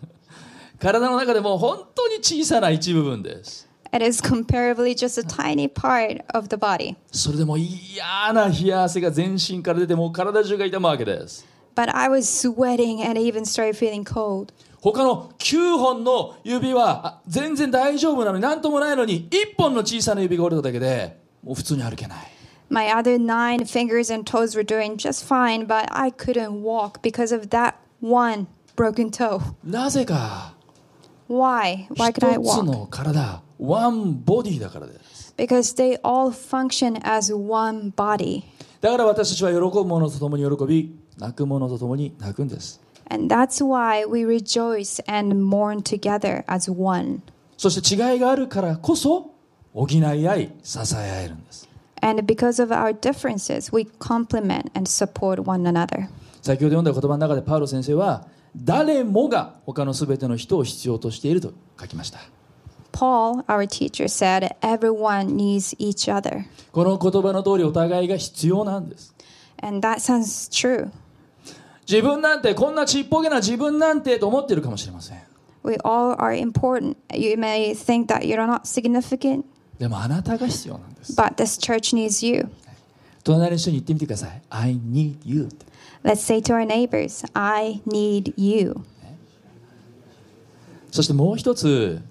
Speaker 2: 体の中でも本当に小さな一部分です
Speaker 1: It is comparably just a tiny part of the body.
Speaker 2: それでも嫌な冷や汗が全身から出てもう体中が痛むわけです
Speaker 1: But I was sweating and even started feeling cold.
Speaker 2: 他の9本の指はあ全然大丈夫なのになんともないのに1本の小さな指が折れただけでもう普通に歩けない
Speaker 1: My other nine fingers and toes were doing just fine, but I couldn't walk because of that one broken toe.
Speaker 2: なぜか
Speaker 1: Why? Why
Speaker 2: 一
Speaker 1: could I
Speaker 2: つ
Speaker 1: walk?
Speaker 2: の体ワンボディだからです
Speaker 1: Because they all function as one body.
Speaker 2: だから私たちは喜ぶ者と共に喜び泣く者と共に泣くんです
Speaker 1: And that's why we rejoice and mourn together as one.
Speaker 2: そして違いがあるからこそ補い合い支え合えるんです
Speaker 1: And because of our differences, we complement and support one another.
Speaker 2: 先ほど読んだ言葉の中でパウロ先生は誰もが他の全ての人を必要としていると書きました
Speaker 1: Paul, our teacher, said, Everyone needs each other.
Speaker 2: この言葉の通りお互いが必要なんです
Speaker 1: And that sounds true.
Speaker 2: 自分なんてこんなちっぽけな自分なんてと思ってるかもしれません
Speaker 1: We all are important. You may think that you're not significant,
Speaker 2: でもあなたが必要なんです
Speaker 1: but this church needs you.
Speaker 2: 隣の人に言ってみてください I need you って
Speaker 1: Let's say to our neighbors, I need you.
Speaker 2: そしてもう一つ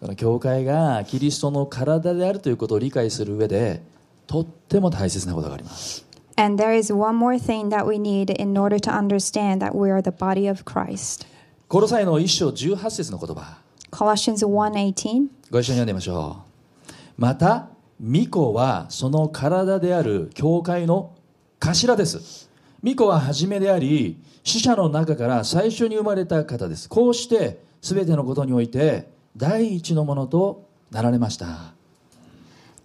Speaker 2: この教会がキリストの体であるということを理解する上でとっても大切なことがあります
Speaker 1: And there is one more thing that we need in order to understand that we are the body of Christ.
Speaker 2: コロサイの一章18節の言葉
Speaker 1: Colossians 1:18.
Speaker 2: ご一緒に読んでみましょうまた巫女はその体である教会の頭です巫女は初めであり死者の中から最初に生まれた方ですこうして全てのことにおいて第一のものとなられました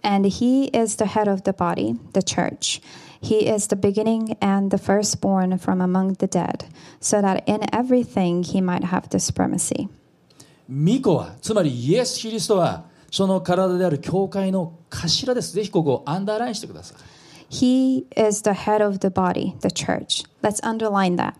Speaker 1: And he is the head of the body, the church. He is the beginning and the firstborn from among the dead, so that in everything he might have the supremacy.
Speaker 2: 巫女はつまりイエス・キリストはその体である教会の頭ですぜひここをアンダーラインしてください
Speaker 1: He is the head of the body, the church. Let's underline that.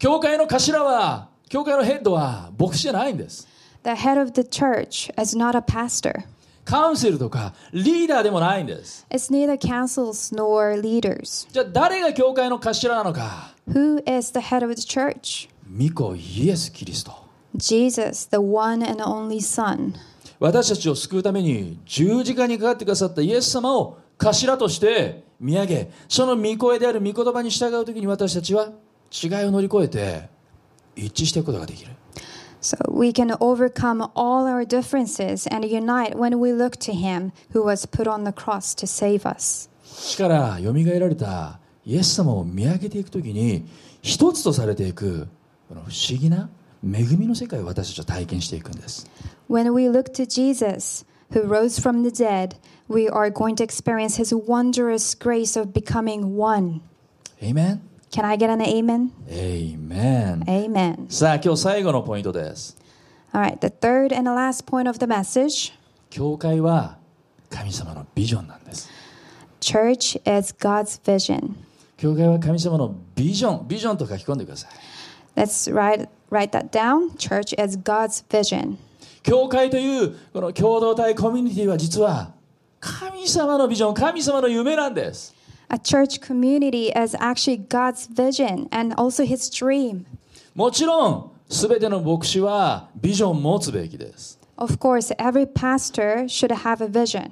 Speaker 2: 教会の頭は教会のヘッドは牧師じゃないんです
Speaker 1: The head of the church is not a pastor.
Speaker 2: カウンセルとかリーダーでもないんです
Speaker 1: It's neither councils nor leaders.
Speaker 2: じゃあ誰が教会の頭なのか
Speaker 1: Who is the head of the church?
Speaker 2: 巫女イエス・キリスト
Speaker 1: Jesus, the one and only Son.
Speaker 2: 私たちを救うために十字架にかかってくださったイエス様を頭として見上げその御声である御言葉に従う時に私たちは違いを乗り越えて一致していくことができる
Speaker 1: So we can overcome all our differences and unite when we look to Him who was put on the cross to save us.
Speaker 2: 死からよみがえられたイエス様を見上げていく時に一つとされていくこの不思議な恵みの世界を私たちは体験していくんです
Speaker 1: When we look to Jesus, who rose from the dead, we are going to experience His wondrous grace of becoming one.
Speaker 2: エイメン
Speaker 1: Can I get an amen?
Speaker 2: エイメン
Speaker 1: Amen.
Speaker 2: さあ今日最後のポイントです
Speaker 1: All right, the third and the last point of the message
Speaker 2: 教会は神様のビジョンなんです
Speaker 1: church is God's vision.
Speaker 2: 教会は神様のビジョンビジョンと書き込んでください
Speaker 1: Let's write, write that down. Church is God's vision.
Speaker 2: 教会というこの共同体コミュニティは実は神様のビジョン神様の夢なんです
Speaker 1: A church community is actually God's vision and also His dream.
Speaker 2: もちろん全ての牧師はビジョンを持つべきです
Speaker 1: Of course, every pastor should have a vision,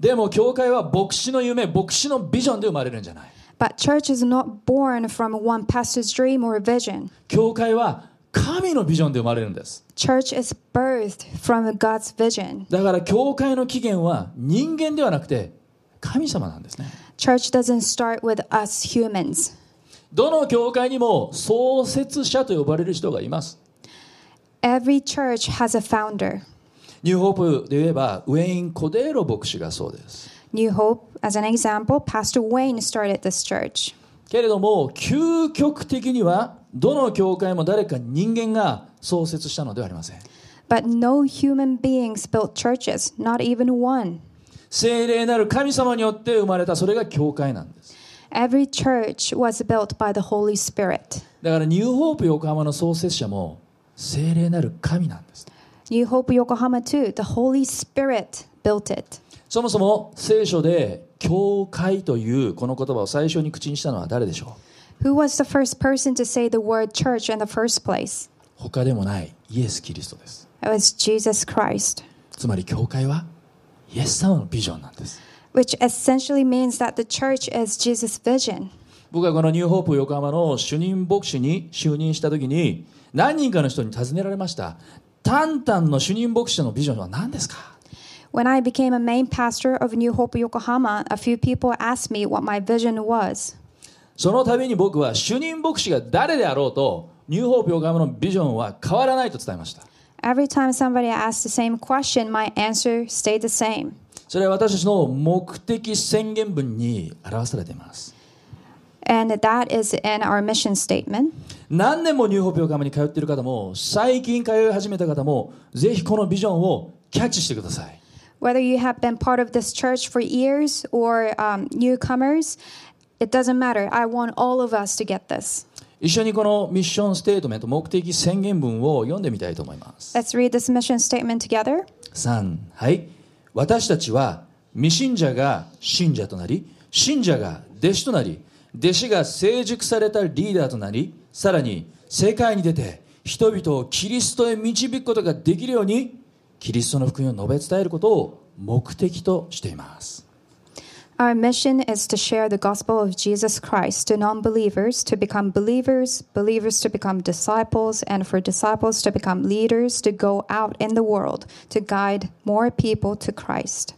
Speaker 2: でも教会は牧師の夢牧師のビジョンで生まれるんじゃない
Speaker 1: but church is not born from one pastor's dream or vision.
Speaker 2: 教会は神のビジョンで生まれるんです
Speaker 1: Church is birthed from God's vision.
Speaker 2: だから教会の起源は人間ではなくて神様なんですね
Speaker 1: Church doesn't start with us humans.
Speaker 2: どの教会にも創設者と呼ばれる人がいます。
Speaker 1: Every church has a founder.
Speaker 2: ニューホープで言えばウェイン・コデーロ牧師がそうです。
Speaker 1: New Hope, as an example, Pastor Wayne started this church.
Speaker 2: けれども究極的にはどの教会も誰か人間が創設したのではありません。
Speaker 1: But no human beings built churches, not even one.
Speaker 2: 聖霊なる神様によって生まれたそれが教会なんです。
Speaker 1: Every church was built by the Holy Spirit.
Speaker 2: だからニューホープ横浜の創設者も聖霊なる神なんです。
Speaker 1: New Hope Yokohama too, the Holy Spirit built it.
Speaker 2: そもそも聖書で教会というこの言葉を最初に口にしたのは誰でしょ
Speaker 1: Who was the first person to say the word church in the first place?
Speaker 2: う他でもないイエス・キリストです
Speaker 1: It was Jesus Christ,
Speaker 2: つまり教会はイエス様のビジョンなんです
Speaker 1: which essentially means that the church is Jesus' vision.
Speaker 2: 僕はこのニューホープ横浜の主任牧師に就任した時に何人かの人に尋ねられましたタンタンの主任牧師のビジョンは何ですか
Speaker 1: When I became a main pastor of New Hope Yokohama, a few people asked me what my vision was.
Speaker 2: その度に僕は主任牧師が誰であろうとニューホープ横浜のビジョンは変わらないと伝えました
Speaker 1: Every time somebody asked the same question, my answer stayed the same.
Speaker 2: それは私たちの目的宣言文に表されています
Speaker 1: And that is in our mission statement.
Speaker 2: 何年もニューホープ横浜に通っている方も最近通い始めた方もぜひこのビジョンをキャッチしてください
Speaker 1: Whether you have been part of this church for years or um, newcomers, it doesn't matter. I want all of us to get this.
Speaker 2: 一緒にこのミッションステートメント目的宣言文を読んでみたいと思います
Speaker 1: Let's read this mission statement together.
Speaker 2: 3はい私たちは未信者が信者となり信者が弟子となり弟子が成熟されたリーダーとなりさらに世界に出て人々をキリストへ導くことができるようにキリストの福音を述べ伝えることを目的としています
Speaker 1: Our mission is to share the gospel of Jesus Christ to non believers, to become believers, believers to become disciples, and for disciples to become leaders to go out in the world to guide more people to Christ.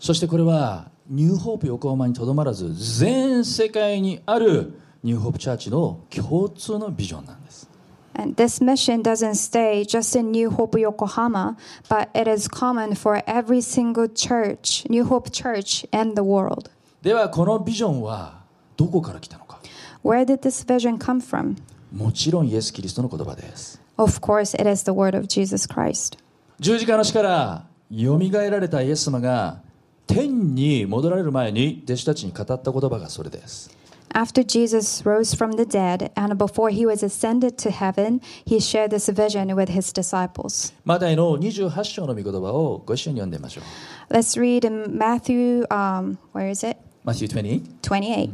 Speaker 2: そしてこれはニューホープ横浜にとどまらず全世界にあるニューホープチャーチの共通のビジョンなんです
Speaker 1: And this mission doesn't stay just in New Hope Yokohama, but it is common for every single church, New Hope Church, in the world.
Speaker 2: ではこのビジョンはどこから来たのか
Speaker 1: Where did this vision come from?
Speaker 2: もちろんイエス・キリストの言葉です
Speaker 1: Of course, it is the word of Jesus Christ.
Speaker 2: 十字架の死からよみがえられたイエス様が天に戻られる前に弟子たちに語った言葉がそれです
Speaker 1: After Jesus rose from the dead and before he was ascended to heaven, he shared this vision with his disciples.
Speaker 2: マタイの28章の御言葉をご一緒に読んでみましょう
Speaker 1: Let's read in Matthew, um, where is it?
Speaker 2: マティー28
Speaker 1: 28.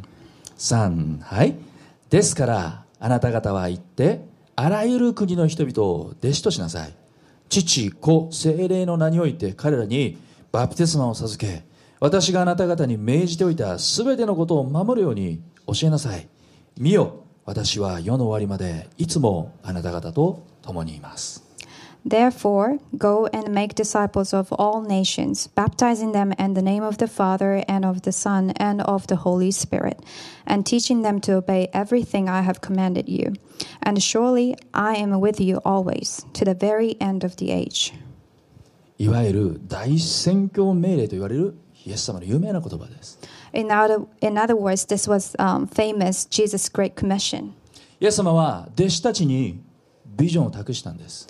Speaker 2: 3はいですからあなた方は行ってあらゆる国の人々を弟子としなさい父子精霊の名において彼らにバプテスマを授け私があなた方に命じておいたすべてのことを守るように教えなさい見よ私は世の終わりまでいつもあなた方と共にいます
Speaker 1: Therefore, go and make disciples of all nations, baptizing them in the name of the Father and of the Son and of the Holy Spirit, and teaching them to obey everything I have commanded you. And surely I am with you always, to the very end of the age.
Speaker 2: いわゆる大宣教命令と言われるイエス様の有名な言葉です
Speaker 1: In other, in other words, this was um, famous Jesus' Great Commission.
Speaker 2: イエス様は弟子たちにビジョンを託したんです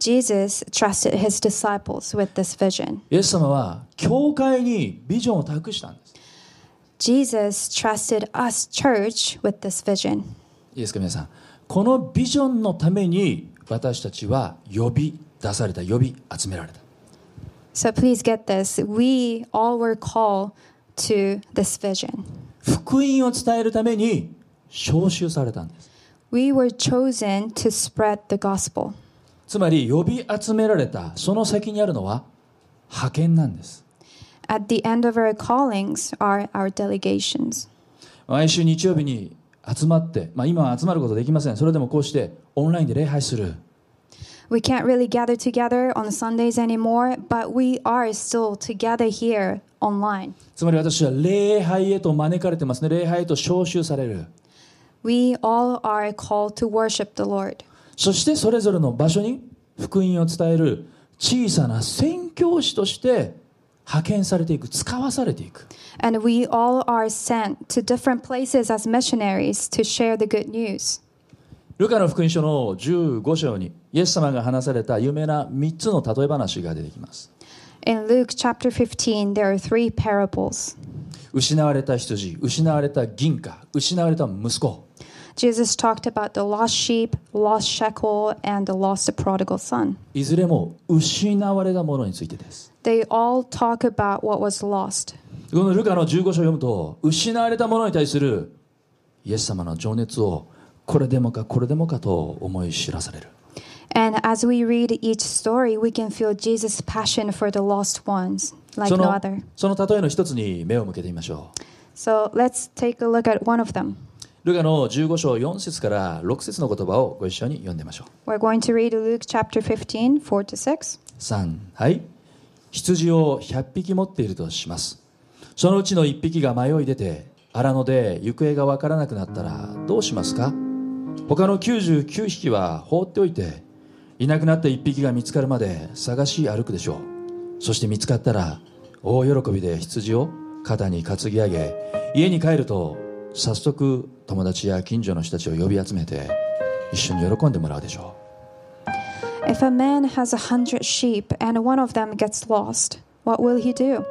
Speaker 1: Jesus trusted his disciples with this vision.
Speaker 2: イエス様は教会にビジョンを託したんです。
Speaker 1: Jesus trusted us, church, with this vision.
Speaker 2: いいですか皆さん。このビジョンのために私たちは呼び出された、呼び集められた。
Speaker 1: So please get this. We all were called to this vision.
Speaker 2: 福音を伝えるために召集されたんです。
Speaker 1: We were chosen to spread the gospel.
Speaker 2: つまり呼び集められた、その先にあるのは派遣なんです。
Speaker 1: At the end of our callings are our delegations.
Speaker 2: 毎週日曜日に集まって、まあ、今は集まることできません。それでもこうしてオンラインで礼拝する。
Speaker 1: We can't really gather together on Sundays anymore, but we are still together here online.
Speaker 2: つまり私は礼拝へと招かれてますね。礼拝へと召集される。
Speaker 1: We all are called to worship the Lord.
Speaker 2: そしてそれぞれの場所に福音を伝える小さな宣教師として派遣されていく、使わされていく。
Speaker 1: And we all are sent to different places as missionaries to share the good news.
Speaker 2: ルカの福音書の15章にイエス様が話された有名な3つの例え話が出てきます。
Speaker 1: In Luke chapter 15, there are three parables.
Speaker 2: 失われた羊、失われた銀貨、失われた息子。
Speaker 1: Jesus talked about the lost sheep, lost shekel, and the lost prodigal son.
Speaker 2: いずれも失われたものについてです。
Speaker 1: They all talk about what was lost.
Speaker 2: このルカの15章を読むと、失われたものに対するイエス様の情熱を、これでもかこれでもかと思い知らされる。
Speaker 1: And as we read each story, we can feel Jesus' passion for the lost ones like
Speaker 2: そ
Speaker 1: no
Speaker 2: の
Speaker 1: other.
Speaker 2: その例えの一つに目を向けてみましょ
Speaker 1: So let's take a look at one of them.
Speaker 2: う。ルカの15章4節から6節の言葉をご一緒に読んでみましょう。
Speaker 1: We're going to read Luke chapter 15, 4 to 6.
Speaker 2: 3はい羊を100匹持っているとしますそのうちの1匹が迷い出て荒野で行方がわからなくなったらどうしますか他の99匹は放っておいていなくなった1匹が見つかるまで探し歩くでしょうそして見つかったら大喜びで羊を肩に担ぎ上げ家に帰ると早速友達や近所の人たちを呼び集めて一緒に喜んでもらうでしょう
Speaker 1: If a man has a hundred sheep and one of them gets lost, what will he do?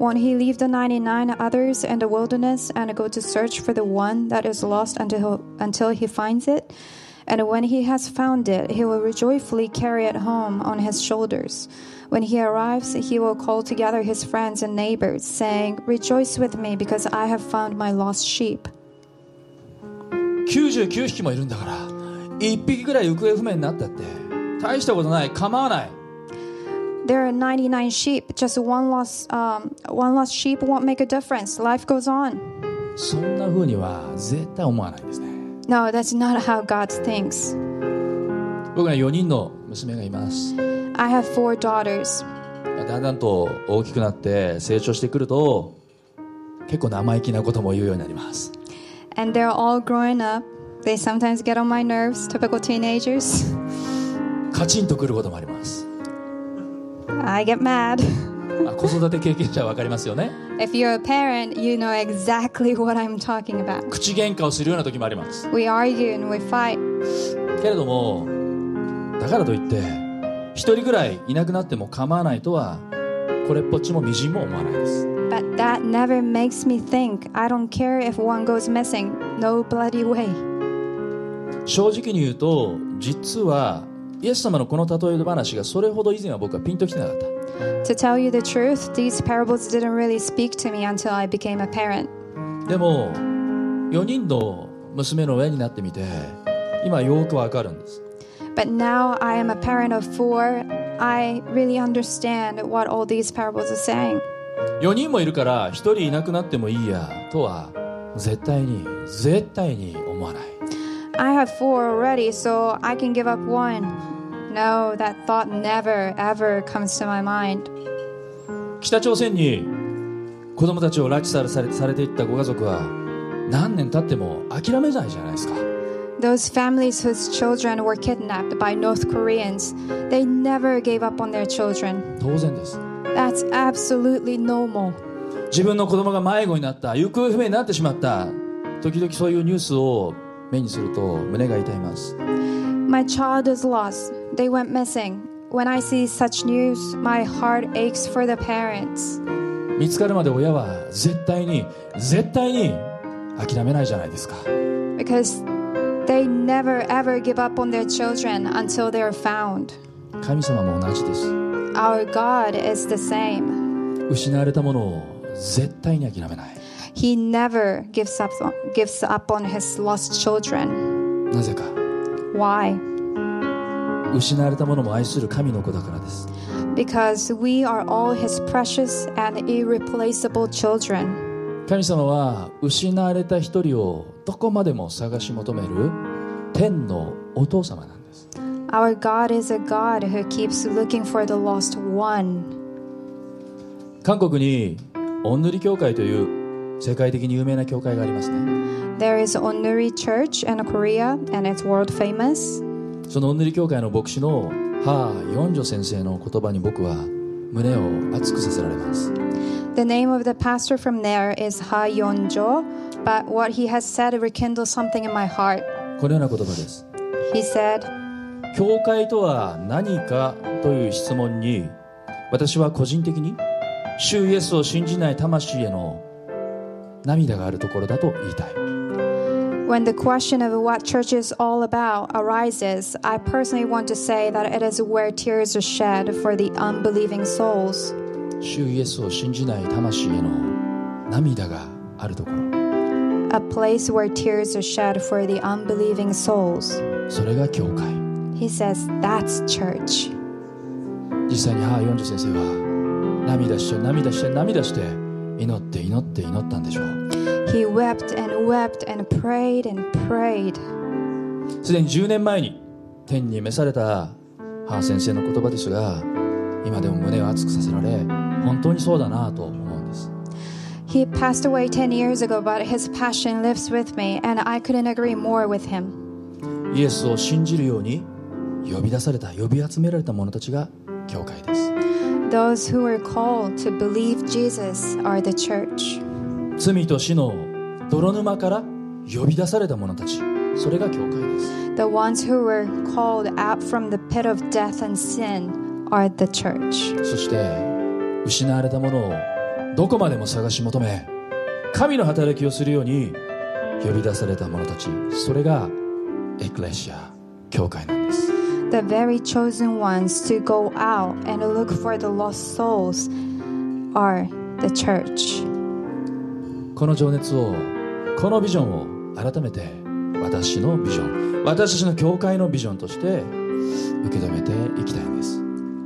Speaker 1: Won't he leave the 99 others in the wilderness and go to search for the one that is lost until, until he finds it? And when he has found it, he will joyfully carry it home on his shoulders. When he arrives, he will call together his friends and neighbors, saying, Rejoice with me because I have found my lost sheep.
Speaker 2: 99匹もいるんだから1匹ぐらい行方不明になったって大したことない構わない
Speaker 1: There are 99 sheep. Just one lost, um, one lost sheep won't make a difference. Life goes on.
Speaker 2: そんな風には絶対思わないですね
Speaker 1: No, that's not how God thinks.
Speaker 2: 僕は4人の娘がいます
Speaker 1: I have four daughters.
Speaker 2: だんだんと大きくなって成長してくると結構生意気なことも言うようになります
Speaker 1: And they're all growing up. They sometimes get on my nerves, typical teenagers. (laughs)
Speaker 2: カチンとくることもあります
Speaker 1: I get mad. (laughs)
Speaker 2: あ子育て経験者は分かりますよね
Speaker 1: If you're a parent, you know exactly (laughs) what I'm talking about.
Speaker 2: 口喧嘩をするような時もあります
Speaker 1: We argue and we fight.
Speaker 2: けれどもだからといって1人ぐらいいなくなっても構わないとはこれっぽっちもみじんも思わないです
Speaker 1: But that never makes me think. I don't care if one goes missing. No bloody way.
Speaker 2: 正直に言うと実はイエス様のこの例え話がそれほど以前は僕はピンときてなかった
Speaker 1: To tell you the truth, these parables didn't really speak to me until I became a parent.
Speaker 2: でも4人の娘の親になってみて今よくわかるんです
Speaker 1: But now I am a parent of four. I really understand what all these parables are saying.
Speaker 2: 4人もいるから1人いなくなってもいいやとは絶対に絶対に思わない
Speaker 1: I have four already, so I can give up one. No, that thought never, ever comes to my mind.
Speaker 2: 北朝鮮に子供たちを拉致されされされていったご家族は何年経っても諦めないじゃないですか
Speaker 1: Those families whose children were kidnapped by North Koreans, they never gave up on their children.
Speaker 2: 当然です
Speaker 1: That's absolutely normal.
Speaker 2: 自分の子供が迷子になった行方不明になってしまった時々そういうニュースを目にすると胸が痛います
Speaker 1: My child is lost. They went missing. When I see such news, my heart aches for the parents.
Speaker 2: 見つかるまで親は絶対に絶対に諦めないじゃないですか
Speaker 1: because they never ever give up on their children until they are found.
Speaker 2: 神様も同じです
Speaker 1: Our God is the same.
Speaker 2: 失われたものを絶対に諦めない
Speaker 1: He never gives up gives up on his lost children.
Speaker 2: なぜか
Speaker 1: Why?
Speaker 2: 失われたものも愛する神の子だからです
Speaker 1: Because we are all his precious and irreplaceable children.
Speaker 2: 神様は失われた一人をどこまでも探し求める天のお父様なんです
Speaker 1: Our God is a God who keeps looking for the lost one.
Speaker 2: 韓国にオンヌリ教会という世界的に有名な教会がありますね
Speaker 1: There is Onuri Church in Korea and it's world famous.
Speaker 2: そのオンヌリ教会の牧師の母ヨンジョ先生の言葉に僕は胸を熱くさせられます
Speaker 1: The name of the pastor from there is Ha Yeon Jo, but what he has said rekindles something in my heart.
Speaker 2: このような言葉です
Speaker 1: He said,
Speaker 2: 教会とは何かという質問に私は個人的に主イエスを信じない魂への涙があるところだと言いたい
Speaker 1: When When the question of what church is all about arises, I personally want to say that it is where tears are shed for the unbelieving souls.
Speaker 2: 主イエスを信じない魂への涙があるところ
Speaker 1: A place where tears are shed for the unbelieving souls.
Speaker 2: それが教会
Speaker 1: He says, That's church.
Speaker 2: 実際に母四女先生は涙して涙して涙して祈って祈って祈ったんでしょう
Speaker 1: He wept and wept and prayed and prayed.
Speaker 2: すでに10年前に天に召された母先生の言葉ですが今でも胸を熱くさせられ本当にそうだなと思うんです
Speaker 1: He passed away 10 years ago, but his passion lives with me, and I couldn't agree more with him.
Speaker 2: イエスを信じるように呼び出された呼び集められた者たちが教会です
Speaker 1: Those who are called to believe Jesus are the church.
Speaker 2: 罪と死の泥沼から呼び出された者たちそれが教会です
Speaker 1: The ones who were called out from the pit of death and sin are the church.
Speaker 2: そして失われたものをどこまでも探し求め神の働きをするように呼び出された者たちそれがエクレシア教会なんです
Speaker 1: The very chosen ones to go out and look for the lost souls are the church.
Speaker 2: この情熱をこのビジョンを改めて私のビジョン私たちの教会のビジョンとして受け止めていきたいんです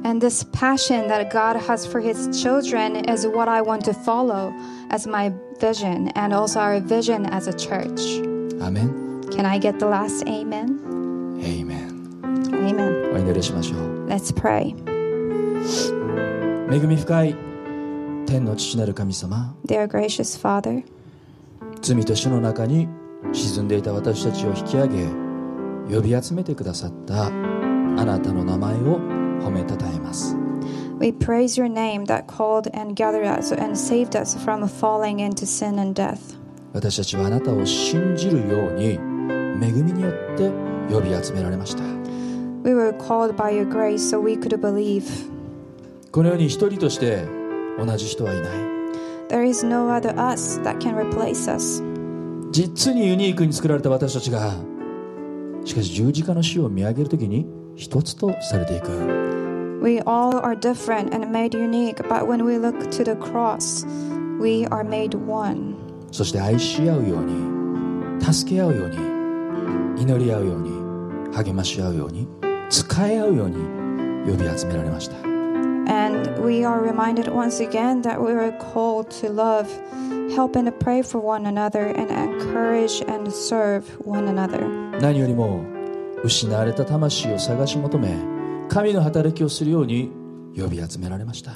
Speaker 1: And this passion that God has for His children is what I want to follow as my vision and also our vision as a church.
Speaker 2: アメン
Speaker 1: Can I get the last amen?
Speaker 2: エイメン
Speaker 1: Amen.
Speaker 2: お祈りしましょう
Speaker 1: Let's pray.
Speaker 2: 恵み深い天の父なる神様
Speaker 1: Dear gracious Father,
Speaker 2: 罪と死の中に沈んでいた私たちを引き上げ呼び集めてくださったあなたの名前を褒めたたえます
Speaker 1: we praise your name that called and gathered us and saved us from falling into sin and death.
Speaker 2: 私たちはあなたを信じるように恵みによって呼び集められました
Speaker 1: We were called by your grace so we could believe.
Speaker 2: この世に一人として同じ人はいない
Speaker 1: There is no other us that can replace us.
Speaker 2: 実にユニークに作られた私たちがしかし十字架の死を見上げるときに一つとされていく
Speaker 1: We all are different and made unique, but when we look to the cross, we are made one.
Speaker 2: そして愛し合うように助け合うように祈り合うように励まし合うように使い合うように呼び集められました
Speaker 1: And we are reminded once again that we are called to love, help, and pray for one another, and encourage and serve one another.
Speaker 2: 何よりも失われた魂を探し求め神の働きをするように呼び集められました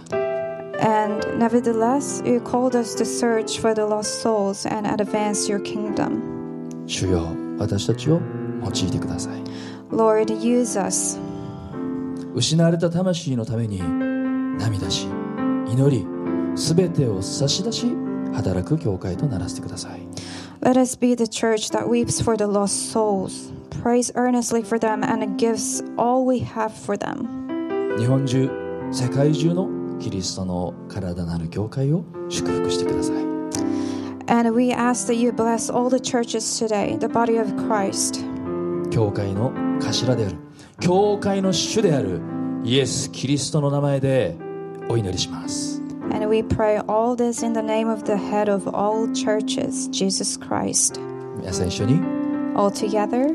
Speaker 1: And nevertheless, you called us to search for the lost souls and advance your kingdom.
Speaker 2: 主よ私たちを用いてください
Speaker 1: Lord, use us.
Speaker 2: 失われた魂のために涙し祈りすべてを差し出し働く教会とならせてください
Speaker 1: Let us be the church that weeps for the lost souls, prays earnestly for them, and gives all we have for them.
Speaker 2: 日本中世界中のキリストの体なる教会を祝福してください
Speaker 1: And we ask that you bless all the churches today, the body of Christ,
Speaker 2: 教会の頭である教会の主であるイエス・キリストの名前でお祈りします
Speaker 1: and we pray all this in the name of the head of all churches, Jesus Christ.
Speaker 2: 皆さん一緒に
Speaker 1: All together,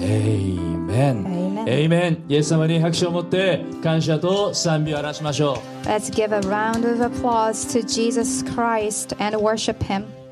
Speaker 2: エイメン
Speaker 1: Amen
Speaker 2: エイメンイエス様に拍手を持って感謝と賛美を表しましょう
Speaker 1: let's give a round of applause to Jesus Christ and worship him.